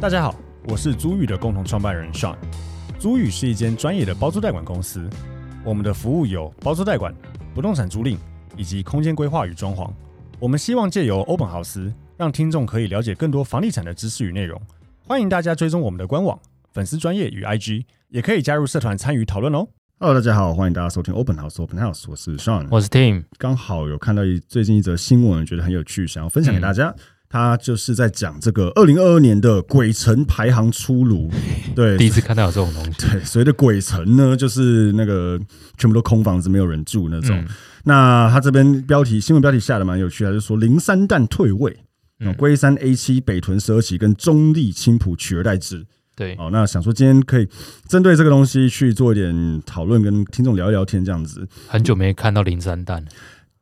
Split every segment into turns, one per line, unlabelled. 大家好，我是租宇的共同创办人 Sean。租宇是一间专业的包租代管公司，我们的服务有包租代管、不动产租赁以及空间规划与装潢。我们希望借由欧本豪斯，让听众可以了解更多房地产的知识与内容。欢迎大家追踪我们的官网、粉丝专业与 IG，也可以加入社团参与讨论哦。
Hello，大家好，欢迎大家收听 Open House Open House，我是 Sean。
嗯我是 Tim，
刚好有看到一最近一则新闻，觉得很有趣，想要分
嗯
享给大家。它就是在讲这个二零二二年的鬼城排行出 炉，对
第一次看到有这种东西。
对，所谓的鬼城呢，就是那个全部都空房子，没有人住那
嗯
种。那他这边标题新闻标题下的蛮有趣的，他就说零三弹退位，
嗯
龟山 A 七、北屯十二期跟中立青浦取而代之。
对，
哦，那想说今天可以针对这个东西去做一点讨论，跟听众聊一聊天这样子。
很久没看到零三蛋了，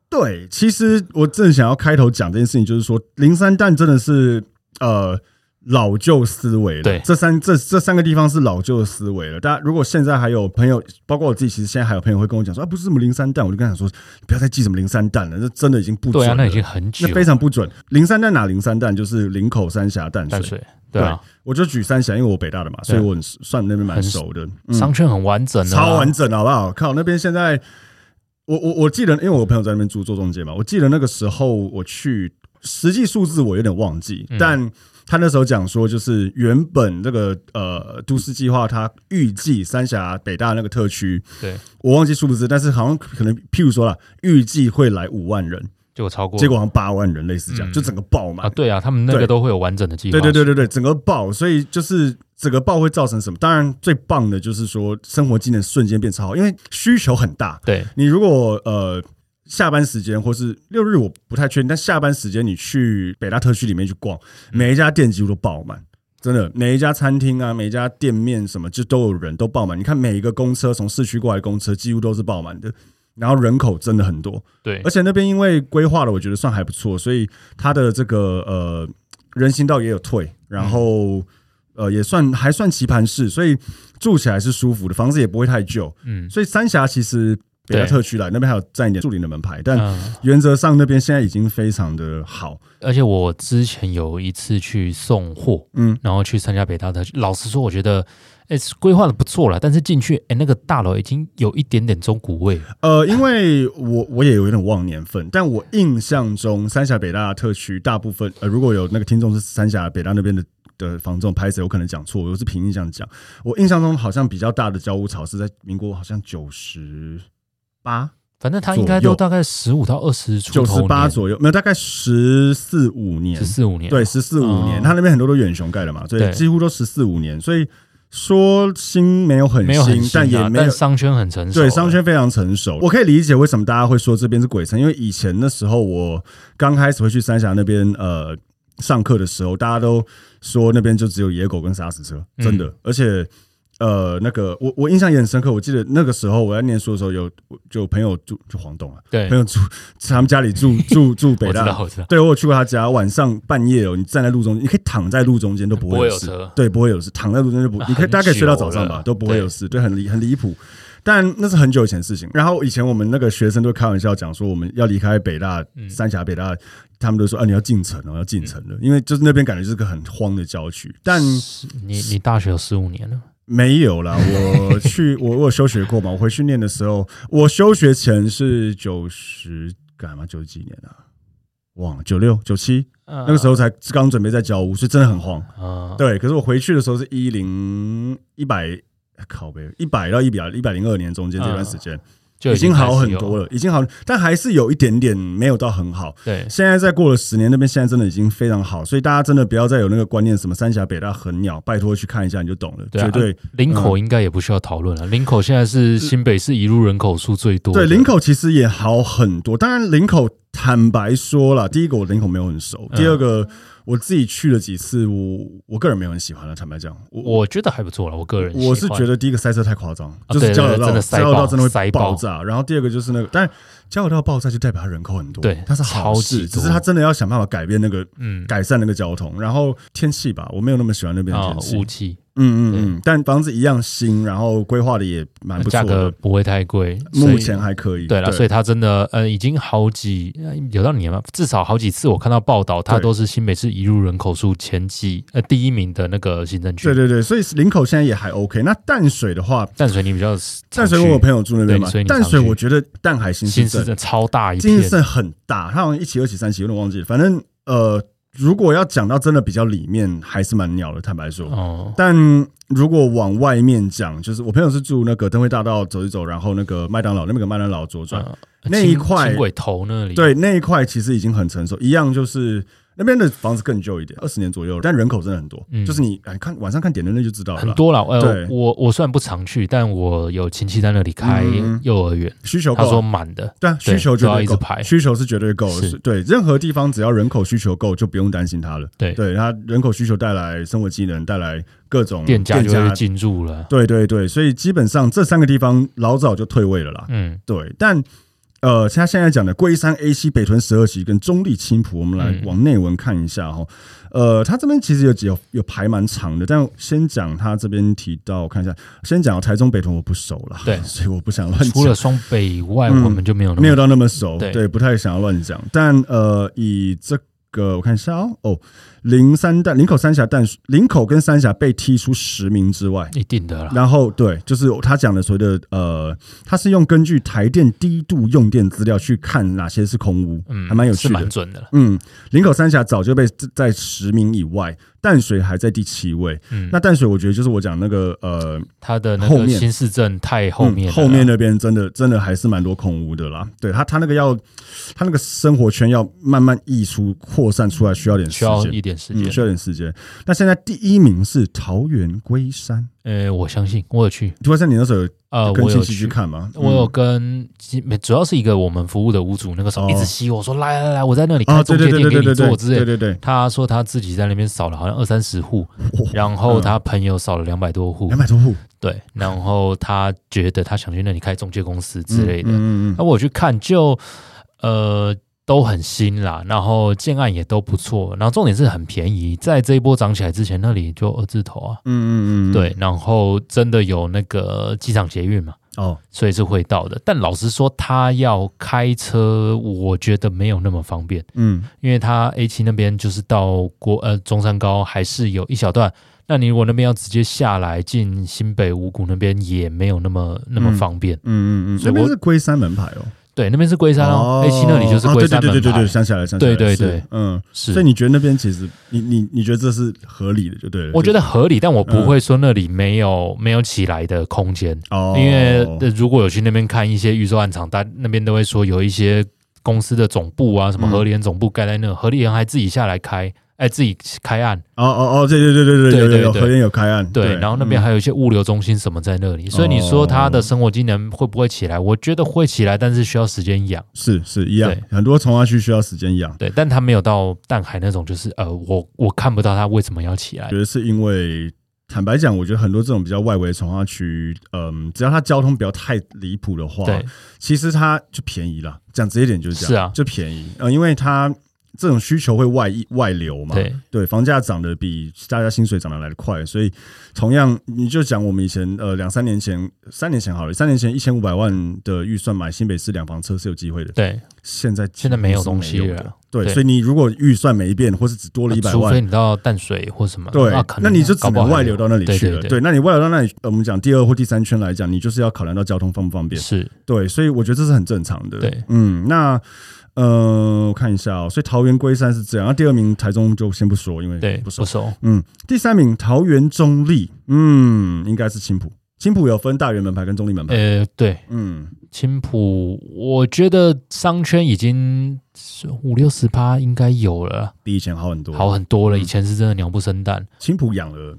对，其实我正想要开头讲这件事情，就是说零三蛋真的是呃老旧思维了。
对
这三这这三个地方是老旧思维了。大家如果现在还有朋友，包括我自己，其实现在还有朋友会跟我讲说啊，不是什么零三蛋，我就跟他讲说，不要再记什么零三蛋了，这真的已经不准
对
了。
啊，那已经很久
那。非常不准。零三蛋哪零三蛋？就是林口三峡淡水。
淡水，对啊，
我就举三峡，因为我北大的嘛，所以
对啊
我很算那边蛮
很
熟的。嗯
商圈很完整啊，
超完整，好不好？靠，那边现在，我我我记得，因为我朋友在那边住做中介嘛，我记得那个时候我去，实际数字我有点忘记，
嗯
但他那时候讲说，就是原本这个呃都市计划，它预计三峡北大那个特区，
对，
我忘记数字，但是好像可能譬如说了，预计会来五万人，
结果超过
结果好像八万人，类似这样，就整个爆满
啊，。对啊，他们那
对
个都会有完整的计划，
对对对对对，整个爆，所以就是整个爆会造成什么？当然最棒的就是说生活技能瞬间变超好，因为需求很大。
对
你如果呃下班时间或是六日我不太确定，但下班时间你去北大特区里面去逛，每一家店几乎都爆满。真的，每一家餐厅啊，每一家店面什么，就都有人都爆满。你看每一个公车从市区过来的公车，几乎都是爆满的。然后人口真的很多，
对
而且那边因为规划的，我觉得算还不错，所以它的这个呃人行道也有退，然后、
嗯
呃也算还算棋盘式，所以住起来是舒服的，房子也不会太旧。
嗯
所以三峡其实北大
对
特区来那边还有占一点树林的门牌，但
嗯，
原则上那边现在已经非常的好。
而且我之前有一次去送货，
嗯
嗯，然后去参加北大的，老实说，我觉得。哎，是规划的不错了，但是进去，哎，那个大楼已经有一点点中古味了，
呃，因为我我也有一点忘年份，但我印象中三峡北大特区大部分呃，如果有那个听众是三峡北大那边的的房仲拍谁，我可能讲错，我是凭印象讲。我印象中好像比较大的交屋潮是在民国好像九十八、
反正它应该
左右
都大概十五到二十出
九
头
十
年，
八左右，没有大概十四五年
十，四五年，
对，十四五
哦
年，他那边很多都远雄盖的嘛，所以
对
几乎都十四五年，所以说新没有很
没有很新啊
但也没有
但商圈很成熟了，啊
对，商圈非常成熟。我可以理解为什么大家会说这边是鬼城，因为以前那时候我刚开始会去三峡那边呃上课的时候，大家都说那边就只有野狗跟砂石车，真的，而且。呃，那个我我印象也很深刻，我记得那个时候我在念书的时候有，我就有朋友住就黄栋啊，
对
朋，友住他们家里住住住北
我知
大，
道，我知道，
对我有去过他家，晚上半夜哦，你站在路中，你可以躺在路中间都不会
不会
有
有
事，
车
对，不会有事，躺在路中间就不，
很
你可以大概睡到早上
久
吧，
了
都不会有事，对，很离很离谱。但那是很久以前的事情。然后以前我们那个学生都开玩笑讲说，我们要离开北大、
嗯
三峡北大，他们都说啊，你要进城哦，要进城了，因为就是那边感觉是个很荒的郊区。但
你你大学有十五年了，
没有 啦，我去我我有休学过嘛，我回去念的时候，我休学前是九十干嘛九几年啊，忘了九六九七
那
那个时候才刚准备在交屋，所以真的很慌。
啊，
对，可是我回去的时候是一零一百，靠呗，一百到一百一百零二年中间这段时间、
嗯就
已经好很
了。
多了，已经好，但还是有一点点没有到很好。
对，
现在再过了十年，那边现在真的已经非常好，所以大家真的不要再有那个观念，什么三峡北大很鸟，拜托去看一下你就懂了，
对
绝
啊
对
林口
嗯
应该也不需要讨论了。林口现在是新北市移入人口数最多的，
对，林口其实也好很多。当然，林口坦白说了，第一个我林口没有很熟，
嗯
第二个、我自己去了几次，我我个人没有很喜欢了。坦白讲，我
我觉得还不错了。我个人
我是
喜欢
觉得第一个塞车太夸张，
啊
就是
对
交流
对对
道
真的塞
交流道
爆
真的会
塞爆
爆炸。然后第二个就是那个，但交流道爆炸就代表它人口很多，
对
它是好
超
事，
级
只
多
是它真的要想办法改变那个
嗯
改善那个交通，然后天气吧，我没有那么喜欢那边的
啊
天，气
雾。气
嗯嗯嗯，但房子一样新，然后规划的也蛮不错
价格
的，
不会太贵。所以
目前还可以。
对了，所以他真的呃，已经好几呃有到年吗？至少好几次我看到报道，他
对
都是新北市移入人口数前几呃第一名的那个行政区。
对对对，所以林口现在也还 OK。那淡水的话，
淡水你比较
淡水我有朋友住那边嘛
对所以，你常
淡水
去
我觉得淡海新市
新市
镇
镇超大一
金
片
日，镇很大，它好像一期、二期、三期，有点忘记了。反正呃，如果要讲到真的比较里面，还是蛮鸟的，坦白说。
哦，
但如果往外面讲，就是我朋友是住那个灯会大道走一走，然后那个麦当劳那边有个麦当劳左转，
呃
那一
轻
块
轻轨头那里，
对那一块其实已经很成熟，一样就是那边的房子更旧一点，二十年左右，但人口真的很多，
嗯
就是你哎看晚上看点灯那就知道了啦，
很多了。呃
对，
我我虽然不常去，但我有亲戚在那里开
嗯
幼儿园，
需求
他
够
说
啊。
满的。
对啊，
对
需求绝
都要
对
一直
够
排，
需求是绝对够的。
是
是对，任何地方只要人口需求够，就不用担心它了。
对，
对，它人口需求带来生活技能，带来各种
店家就会进驻了。
对对对，所以基本上这三个地方老早就退位了啦。
嗯，
对，但呃，他现在讲的龟山 A 七、北屯十二期跟中立青浦，我们来
嗯
往内文看一下哈。呃，他这边其实有几有有排蛮长的，但先讲他这边提到，我看一下，先讲台中北屯我不熟啦，
对
所以我不想乱
除了
讲。
双北以外，
嗯
我们就没有那
没有
么
到那么熟，
对
对，不太想要乱讲。但呃，以这个我看一下哦，哦，林三淡、林口三峡淡水、林口跟三峡被踢出十名之外，
一定的啦。
然后对，就是他讲的所谓的呃，他是用根据台电低度用电资料去看哪些是空屋，
嗯，
还蛮有趣
是
的
蛮。准的了。
嗯，林口三峡早就被在十名以外，淡水还在第七位。
嗯，
那淡水我觉得就是我讲那个呃，
他的那
后
个
面
新市镇太后面
嗯
了啦，
后面那边真的真的还是蛮多空屋的啦。对他他那个要他那个生活圈要慢慢溢出扩散出来，需要点时
需要
间。
一点
嗯，
时
需要
间。
点时间。那现在第一名是桃园龟山，
呃，我相信我有去，
涂山，你那时候有
呃，
跟
我
亲
有
戚去
去。
看吗？嗯
我有跟，其没主要是一个我们服务的屋主，那个时候
哦
一直吸我说来来来，我在那里
啊，
开
对
中
对
介
对对
店给
对
你
对对
做之类
对
的。
对对，
他说他自己在那边扫了好像二三十户，
嗯
然后他朋友扫了两百多户
两，百多户
对，然后他觉得他想去那里开中介公司之类的。
嗯嗯
那我去看就呃都很新啦，然后建案也都不错，然后重点是很便宜，在这一波涨起来之前，那里就二字头啊，
嗯嗯嗯，
对，然后真的有那个机场捷运嘛。
哦，
所以是会到的。但老实说，他要开车，我觉得没有那么方便，
嗯
因为他 A 七那边就是到国呃中山高还是有一小段。那你如果那边要直接下来进新北五股那边，也没有那么那么方便。
嗯嗯嗯，
所以
那
我
边是龟山门牌哦，
对，那边是龟山哦
哦
，A 七那里就是
哦
龟山门
对对对对
牌
对，，想起来了，想起来了，
对对
是
对，
嗯，
是
所以。你觉得那边其实你你你觉得这是合理的，就对了，
我觉
得
得合理，但我不
嗯
会说那里没有、没有起来的空间。
哦，
因为呃如果有去那边看一些预售案场，大那边都会说有一些公司的总部啊，什么
嗯
合联总部盖在那，合联还自己下来开，哎，自己开案，
哦哦哦，对对对对
对
有
对
有有
对
河边有开案，
对，然后那边
嗯
还有一些物流中心什么在那里，所以你说他的生活技能会不会起来？我觉得会起来，但是需要时间养，
嗯是是一样
对，
很多从化区需要时间养，
对，但他没有到淡海那种，就是呃，我我看不到他为什么要起来
觉，得是因为。坦白讲，我觉得很多这种比较外围从化区，嗯，只要它交通不要太离谱的话，
对，
其实它就便宜啦，讲直接点就是这样，
是啊
就便宜，呃，因为它这种需求会外溢外流嘛，
对，
房价涨得比大家薪水涨得来得快，所以同样你就讲我们以前呃两三年前，三年前好了，三年前一千五百万的预算买新北市两房车是有机会的，
对，
现在
现在没有
几乎
东
是
西
没有
了
的，对，
对啊
所以你如果预算没变，或是只多了一百
除
万
非，你到淡水或什么，
对
那可，
那
能
你就只
搞不好
能
还
外
有
流到那里
对
去
对
了。
对
对，那你外流到那里，呃我们讲第二或第三圈来讲，你就是要考量到交通方不方便。
是
对，所以我觉得这是很正常的。
对，
嗯，那呃，我看一下哦，所以桃园龟山是这样，那第二名台中就先不说，因为
对
不
不
熟。
熟，
嗯，第三名桃园中立，嗯，应该是青浦，青浦有分大圆门牌跟中立门牌。
呃，对，
嗯，
青浦，我觉得商圈已经五六十趴应该有了，
比以前好很多。
好，很多了。
嗯
以前是真的鸟不生蛋。
青浦养了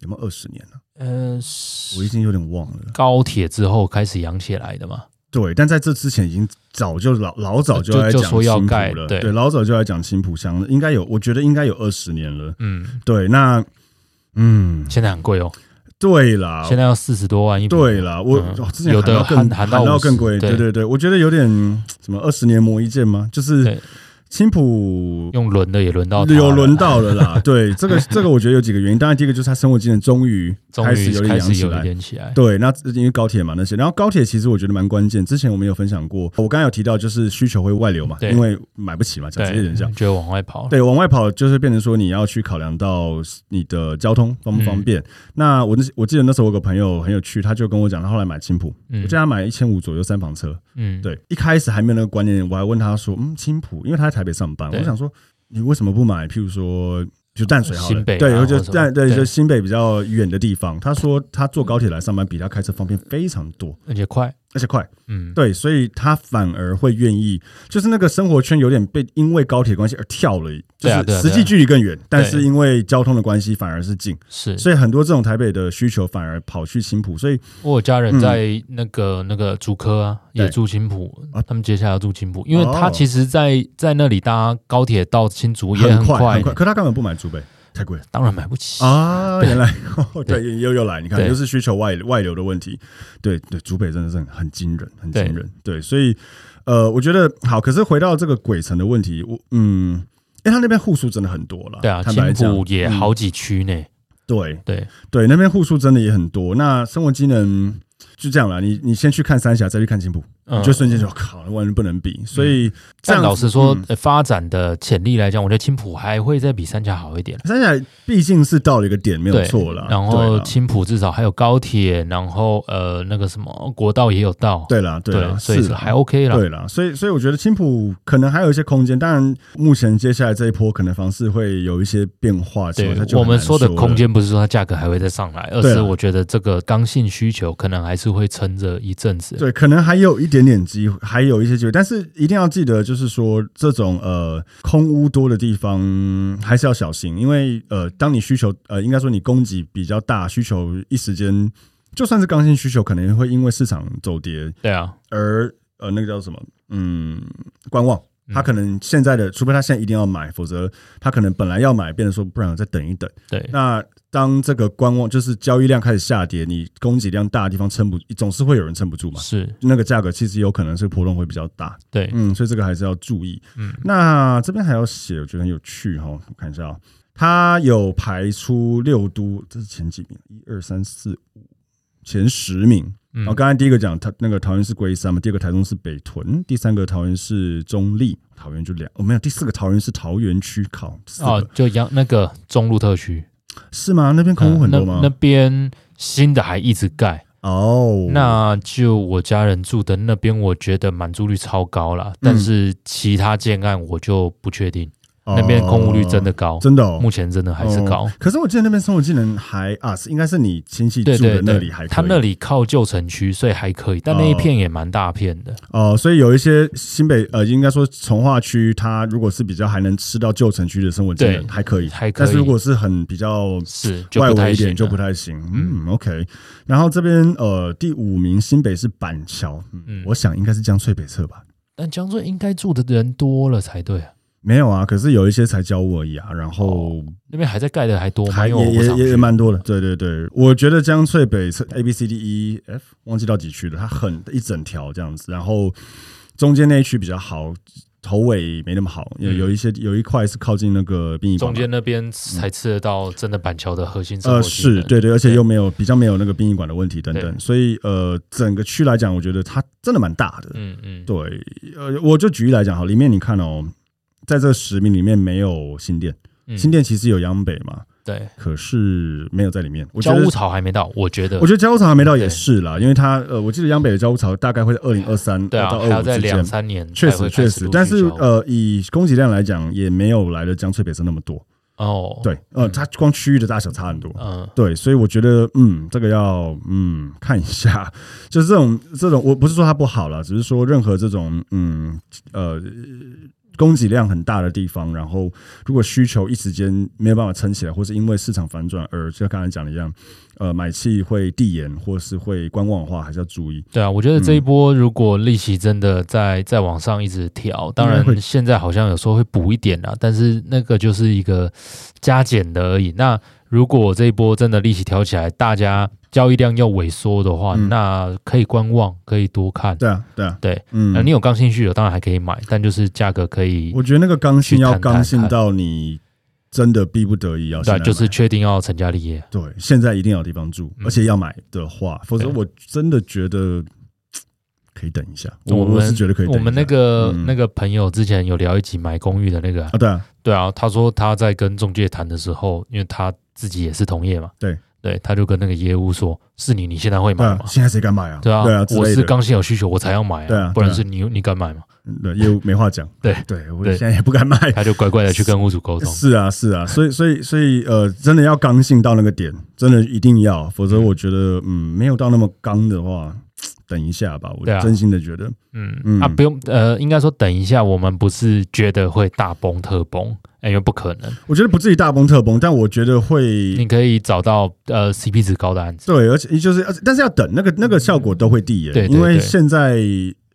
有没有二十年了、
呃，
我已经有点忘了。
高铁之后开始养起来的嘛，
对，但在这之前已经早就老老早就
就
在
就
讲
说要
青浦
盖
了，
对
对，老早就在讲青浦乡了，应该有，我觉得应该有二十年了。
嗯，
对，那嗯，
现在很贵哦，
对啦，
现在要四十多万一平，
对啦，我、
嗯
哦之前
有
喊
的
到更
喊喊
到
到
更
50
贵，对
对
对对，我觉得有点什么二十年磨一剑吗？就是
对
青浦
用轮的也轮到他了
有轮到了啦。对，这个这个我觉得有几个原因，当然第一个就是他生活技能终于
终
开始
于
有点
开
养
始
起
有一
来。
点起来。
对，那因为高铁嘛那些，然后高铁其实我觉得蛮关键。之前我们有分享过，我刚才有提到就是需求会外流嘛，
对
因为买不起嘛，讲直接
对
点讲，，
就往外跑。
对，往外跑就是变成说你要去考量到你的交通方不方便。那我那我记得那时候我有个朋友很有趣，他就跟我讲，他后来买青浦，
嗯
我叫他买一千五左右三房车。
嗯，
对，一开始还没有那个观念，我还问他说，嗯，青浦，因为他在台北上班，
对
我想说你为什么不买，譬如说就淡水好了，
新北啊
对，
或
就
者什么
淡对
对
就新北比较远的地方。他说他坐高铁来上班比他开车方便非常多，
而且快。
而且快。
嗯，
对，所以他反而会愿意，就是那个生活圈有点被因为高铁关系而跳了，就
对啊对
是
啊
实
对
际
啊
距离更远，但是因为交通的关系反而是近，
是。
所以很多这种台北的需求反而跑去青浦，所以
我有家人在那个、那个竹科啊，
嗯对
也住青浦
啊，
他们接下来要住青浦，因为
哦
他其实在，在那里搭高铁到新竹也
很
快，
快很快。可他根本不买竹北，太贵了
当然买不起。
啊！
对
原来 对又又来，你看
对
又是需求外外流的问题，对对，竹北真的是很很惊人，很惊人，对，所以呃，我觉得好，可是回到这个鬼城的问题，我嗯。因为他那边户数真的很多了，
对啊，
坦白
青
讲
浦也
嗯
好几区呢。
对，
对，
对，那边户数真的也很多。那生活机能就这样啦，你你先去看三峡，再去看青浦，
嗯
你就瞬间就靠，完全不能比。所以这
但
样
老
子
实说，
嗯
呃发展的潜力来讲，我觉得青浦还会再比三峡好一点。
三峡毕竟是到了一个点，没有
对
错啦。
然
对啊
后
啦
青浦至少还有高铁，然后呃那个什么国道也有道，
对啦，对啦，
所以
是
是
啦
还 OK 啦。
对啦，所以所以我觉得青浦可能还有一些空间，当然目前接下来这一波可能房市会有一些变化，其实它就
我
很
们
难
说
说
的
了
空，间不是说它价格还会再上来，而
对
是
啊
我觉得这个刚性需求可能还是会撑着一阵子。
对，可能还有一点点机会，还有一些机会，但是一定要记得，就是说这种呃空屋多的地方还是要小心，因为呃，当你需求呃，应该说你供给比较大，需求一时间，就算是刚性需求，可能会因为市场走跌
对啊，
而呃那个叫什么嗯观望。
嗯
他可能现在的，除非他现在一定要买，否则他可能本来要买，变成说不然我再等一等。
对，
那当这个观望就是交易量开始下跌，你供给量大的地方撑不，总是会有人撑不住嘛。
是，
那个价格其实有可能是波动会比较大，
对，
嗯，所以这个还是要注意。
嗯
那这边还要写，我觉得很有趣哈、我看一下啊、它有排出六都，这是前几名，一二三四五，前十名。
嗯
然后哦刚才第一个讲它那个桃园是龟山嘛，第二个台中是北屯，第三个桃园是中立，桃园就两哦没有，第四个桃园是桃园区，靠，四个、
哦，就阳那个中路特区，
是吗？那边空屋
嗯
很
那
多吗
那？边新的还一直盖，
哦，
啊那就我家人住的那边，我觉得满租率超高啦，但是其他建案我就不确定，那边空屋率真的高
哦、，真的、哦，
目前真的还是高
哦。可是我记得那边生活技能还啊，是应该是你亲戚
对
住
对
的那
对
里还，可以
他那里靠旧城区，所以还可以，但那一
哦
片也蛮大片的。
哦、所以有一些新北呃，应该说从化区，它如果是比较还能吃到旧城区的生活技能
对
还可以，
还可以
但是如果是很比较
是就
外
不
围
太
一
行
点
了
就不太行。嗯，OK。然后这边呃第五名新北是板桥，嗯
嗯
我想应该是江翠北侧吧。
但江浙应该住的人多了才对啊，
没有啊，可是有一些才教我而已啊，然后
那边还在盖的还多吗？
还
因为
也
哦我不常
也也
去嗯
蛮多的，对对对，我觉得江翠北侧 A B C D E F 忘记到几区了，它很一整条这样子，然后中间那一区比较好，头尾没那么好，有
嗯
有一些有一块是靠近那个殡仪馆
中
嘛，
间那边才吃得到真的板桥的核心生活
呃
技能
是对对，而且
对
又没有比较没有那个殡仪馆的问题等等，
对
所以呃整个区来讲，我觉得它真的蛮大的，
嗯嗯，
对，呃我就举例来讲好，里面你看哦，在这十名里面没有新店，
嗯
新店其实有央北嘛，
对，
可是没有在里面，我觉
交
得
屋潮还没到，我觉得
我觉得交屋潮还没到也
对
是啦，因为它呃，我记得央北的交屋潮大概会在二零二三
对啊，
到
还要
二五
在
之
两
间。
三年
确
才会
实
开
确
始
实
陆，续
但是
交屋
呃，以供给量来讲，也没有来的江翠北是那么多。
哦，
对，呃，它光区域的大小差很多。
嗯，
对，所以我觉得，嗯，这个要嗯看一下， 就是这种这种，我不是说它不好啦，只是说任何这种嗯呃供给量很大的地方，然后如果需求一时间没有办法撑起来，或是因为市场反转而就像刚才讲的一样，呃，买气会递延或是会观望的话，还是要注意。
对啊，我觉得这
嗯
一波如果利息真的在再往上一直调，当
应该会
然现在好像有时候会补一点啦，但是那个就是一个加减的而已。那如果这一波真的利息调起来，大家交易量要萎缩的话，
嗯
那可以观望，可以多看。
对啊，对啊，
对，那、
嗯
你，有刚兴趣的，当然还可以买，但就是价格可以，
我觉得那个刚性
去
要
看
刚
看
性
看
到你真的逼不得已要现
对，啊
在
就是
买
确定要成家立业。
对，现在一定要有地方住，
嗯
而且要买的话，否则
对
我真的觉得可以等一下。我
我
我是
们
觉得可以等一
我
下。
们那个、
嗯
那个朋友之前有聊一集买公寓的那个啊、
啊，对啊，
对啊，他说他在跟中介谈的时候，因为他自己也是同业嘛，
对
对，他就跟那个业务说：“是你，你现在会
对
买
啊
吗，？”
现在谁敢买啊？
对啊，
对啊，
我
之类
是
的
刚性有需求我才要买
对啊
不然
对啊
是你你敢买吗？
嗯对业务没话讲。
对
对，我
对
现在也不敢 买。
他就乖乖的去跟屋主沟通。
是啊，是啊，所以所以所以呃，真的要刚性到那个点，真的一定要，否则我觉得嗯，没有到那么刚的话，等一下吧。我
对啊
真心的觉得，
嗯
嗯
啊，不用呃，应该说等一下，我们不是觉得会大崩特崩，哎因为不可能，
我觉得不至于大崩特崩，但我觉得会
你可以找到呃 CP 值高的案子。
对，而且就是，而且但是要等那个那个效果都会递延，
对对
因为
对
现在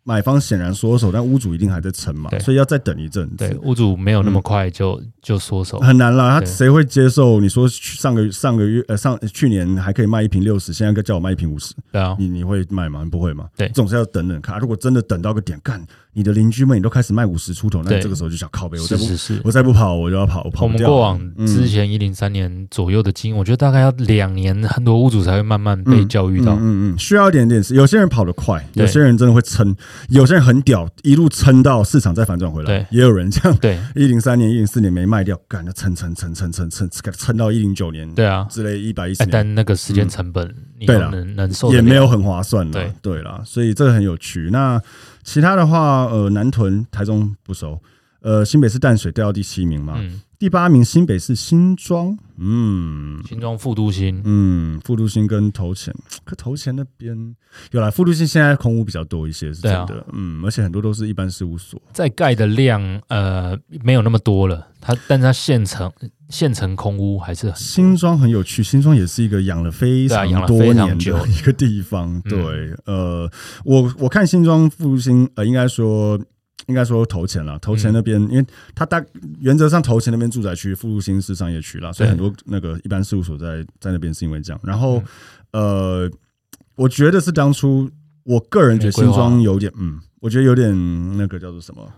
买方显然缩手，但屋主一定还在撑嘛，
对
所以要再等一阵
对，
子，
屋主没有那
嗯
么快就、就缩手。
很难啦。他
对
谁会接受你说上个上个月呃上去年还可以卖一瓶六十，现在叫我卖一瓶五十，
对啊，
你你会卖吗？你不会吗？
对
总是要等等看。如果真的等到个点，干你的邻居们你都开始卖五十出头，那
对
你这个时候就想靠背，我再
是
不
是是。
我再不跑我就要跑，我跑
我
不
们
掉啊了。
过往之前一零三年左右的经验，我觉得大概要两年，很多屋主才会慢慢被教育到。
嗯嗯嗯，需要一点点时。有些人跑得快，
对
有些人真的会撑，有些人很屌，一路撑到市场再反转回来
对。
也有人这样，
对
一零三年、一零四年没卖掉，干那撑撑撑撑撑撑，撑到一零九年
对啊，
之类一百一十
哎
年，嗯
但那个时间成本，你
对
能
啦
能能受得
也没
了
有很划算了
对。
对啦，所以这个很有趣。那其他的话，呃，南屯、台中不熟。呃，新北市淡水掉到第七名嘛，
嗯，
第八名新北市新庄，嗯，
新庄复都新，
嗯，复读新跟头前，可头前那边有啦，复读新现在空屋比较多一些，是真
对啊
的。嗯，而且很多都是一般事务所。
再盖的量呃没有那么多了，它但是它现成现成空屋还是很
新庄很有趣，新庄也是一个养了非
对啊养
常
了
多
非常
年
久嗯
的一个地方。对，呃，我我看新庄复读新，呃，应该说。应该说头前啦，头
嗯
前那边，因为它大原则上头前那边住宅区，复读新是商业区啦，所以
对
很多那个一般事务所在在那边是因为这样。然
嗯
后，呃，我觉得是当初我个人觉得
玫瑰
新
花
庄有点，嗯，我觉得有点那个叫做什么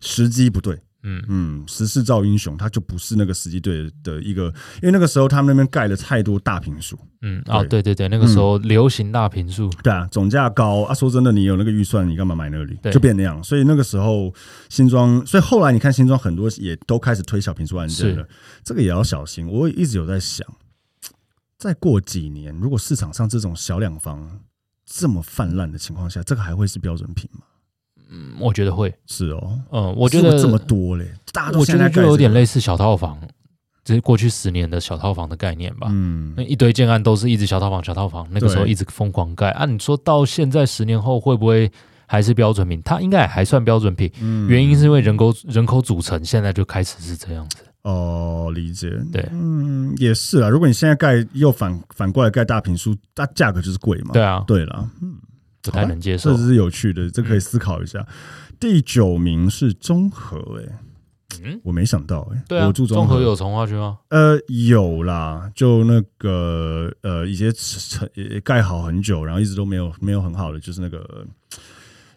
时机不对，
嗯
嗯，时势造英雄，他就不是那个时机队的一个，因为那个时候他们那边盖了太多大平数，
嗯啊
对嗯
对对对，那个时候流行大平数，
对啊，总价高啊，说真的，你有那个预算，你干嘛买那里？
对
就变那样，所以那个时候新庄，所以后来你看新庄很多也都开始推小平数案件了，这个也要小心。我也一直有在想，再过几年，如果市场上这种小两房这么泛滥的情况下，这个还会是标准品吗？
嗯我觉得会，
是哦，
嗯，我觉
是不
得
是这么多嘞，大家都
我觉
现在
得
盖
就
这个
有点类似小套房，只是过去十年的小套房的概念吧。
嗯
那，一堆建案都是一直小套房、小套房，那个时候
对
一直疯狂盖啊。你说到现在十年后会不会还是标准品？它应该还算标准品，
嗯
原因是因为人口人口组成现在就开始是这样子。
哦，理解。
对
嗯，也是啦。如果你现在盖又反反过来盖大平数，那价格就是贵嘛。
对啊，
对啦，嗯，
不太能接受
这。是有趣的，这可
嗯
以思考一下。第九名是中和、欸，
嗯，
我没想到、欸，
对啊，
我住
中
和
和有从化区吗？
呃有啦，就那个呃一些城呃盖好很久，然后一直都没有没有很好的，就是那个呃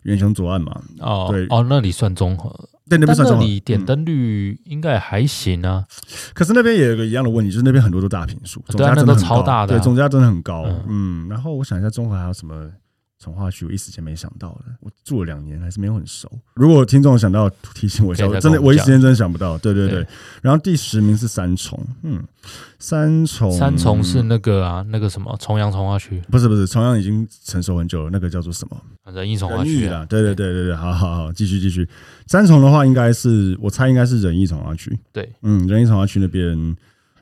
远雄左岸嘛，
哦
对
哦，那里算综合，
但那边
但
算嗯
那
中和
里点
嗯
灯率应该还行啊。
可是那边也有一个一样的问题，就是那边很多都大平数，总
对啊
价真的
那都
很高
超大的啊
对，总价真的很高。嗯
嗯
然后我想一下，中和还有什么从化区，我一时间没想到了。我住了两年，还是没有很熟。如果听众想到，提醒我一下，
可
我
以再
真的
跟我
我
们
一
讲
时间真的想不到。对对对。
对
然后第十名是三重，嗯，三重，
三重是那个啊，那个什么重阳从化区，啊
不是不是，重阳已经成熟很久了，那个叫做什么？
仁义从化
仁义
区
啦，对对对对对，好好好，继续继续。三重的话，应该是我猜应该是仁义从化区，
对，
嗯，仁义从化区那边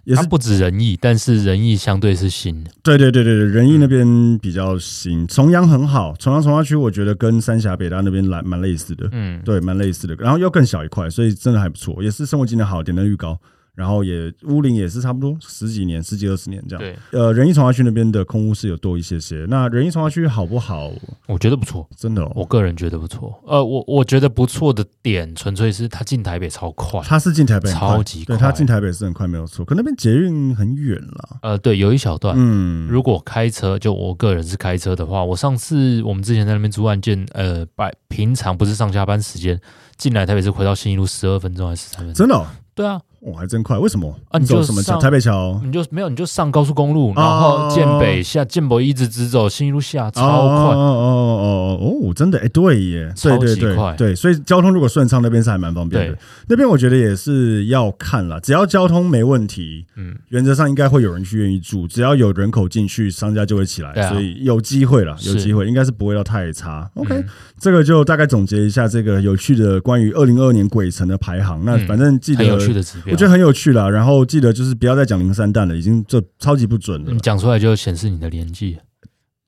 也是
它不止仁义，但是仁义相对是新的。
对对对对对，仁义那边比较新，重阳很好，重阳从化区我觉得跟三峡北大那边来蛮类似的，
嗯，
对，蛮类似的，然后又更小一块，所以真的还不错，也是生活机能好，点灯率高，然后也乌林也是差不多十几年、十几二十年这样。
对，
呃，仁义从化区那边的空屋是有多一些些。那仁义从化区好不好？
我觉得不错，
真的哦，
我个人觉得不错。呃，我我觉得不错的点，纯粹是他进台北超 快。
他是进台北很快
超级
对
快
他进台北是很快，没有错。可那边捷运很远啦。
呃，对，有一小段。
嗯，
如果开车，就我个人是开车的话，我上次我们之前在那边租案件，呃，白平常不是上下班时间进来台北是回到新一路十二分钟还是十三分
真
钟？
的哦，
对啊，
我还真快。为什么？
啊你就
走什么桥？
上
台北桥？
你就没有你就上高速公路，然
哦
后建北下建北一直直走，新一路下
哦
超快。
哦哦哦哦哦！真的，哎、对耶，对对
超级
对
快
对，所以交通如果顺畅，那边是还蛮方便的
对。
那边我觉得也是要看啦，只要交通没问题，
嗯
原则上应该会有人去愿意住，只要有人口进去，商家就会起来，
对啊
所以有机会啦，有
是
机会，应该是不会到太差。OK，、这个就大概总结一下这个有趣的关于二零二二年鬼城的排行。那
嗯
反正记得、
很有趣的指标，
我觉得很有趣啦，然后记得就是不要再讲零三蛋了，已经这超级不准了
你。讲出来就显示你的年纪。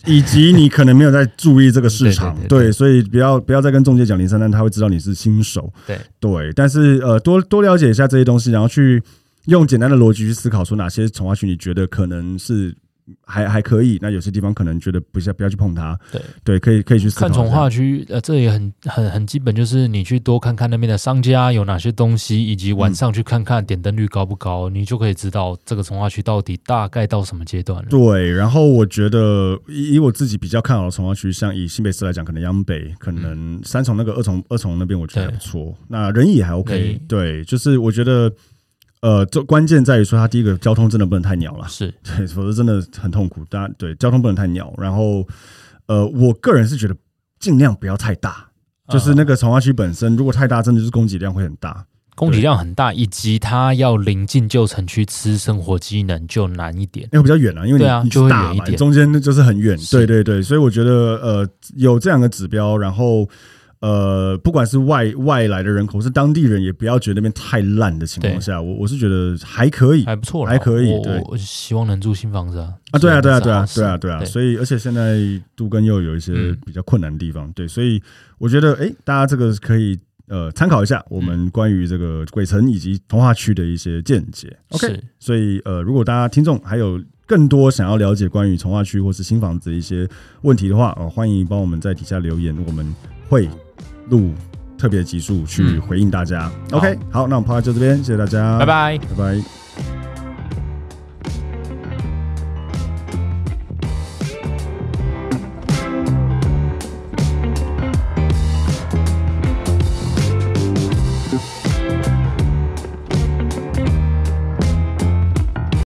以及你可能没有在注意这个市场
，对对对对
对，所以不要不要再跟中介讲零三单，他会知道你是新手，
对
对。但是呃，多多了解一下这些东西，然后去用简单的逻辑去思考，说哪些从化区你觉得可能是还还可以，那有些地方可能觉得不要不要去碰它，
对
对，可以可以去思考一
看
下。
从化区，呃，这也很很很基本，就是你去多看看那边的商家有哪些东西，以及晚上去看看点灯率高不高，你就可以知道这个从化区到底大概到什么阶段了。
对，然后我觉得以以我自己比较看好的从化区，像以新北市来讲，可能央北，可能三重那个二重二重那边，我觉得还
嗯对
不错。那仁义还 OK，
仁
对，就是我觉得。呃，这关键在于说，它第一个交通真的不能太鸟了，
是，
对，否则真的很痛苦。大家对交通不能太鸟，然后呃，我个人是觉得尽量不要太大，就是那
呃
个从化区本身如果太大，真的就是供给量会很大。
供给量很大，以及它要临近旧城区吃生活机能就难一点。
那会比较远啊，因为你
对啊
你是
就会
大
远一
嘛，
点
中间就是很远。
是
对对对，所以我觉得呃有这两个指标，然后呃不管是外外来的人口，是当地人，也不要觉得那边太烂的情况下，我我是觉得还可以
还不错啦，
还可以
我
对
我我希望能住新房子啊！
啊，对啊对啊
这
对
样
啊
子
对啊
是
对啊，所以而且现在杜根又有一些
嗯
比较困难的地方，对，所以我觉得哎，大家这个可以。呃，参考一下我
嗯
们关于这个鬼城以及童话区的一些见解。OK，
是
所以呃，如果大家听众还有更多想要了解关于从化区或是新房子的一些问题的话，呃，欢迎帮我们在底下留言，我们会录特别集数去
嗯
回应大家。OK，好，那我们 p 就这边，谢谢大家，
拜，拜。
拜拜。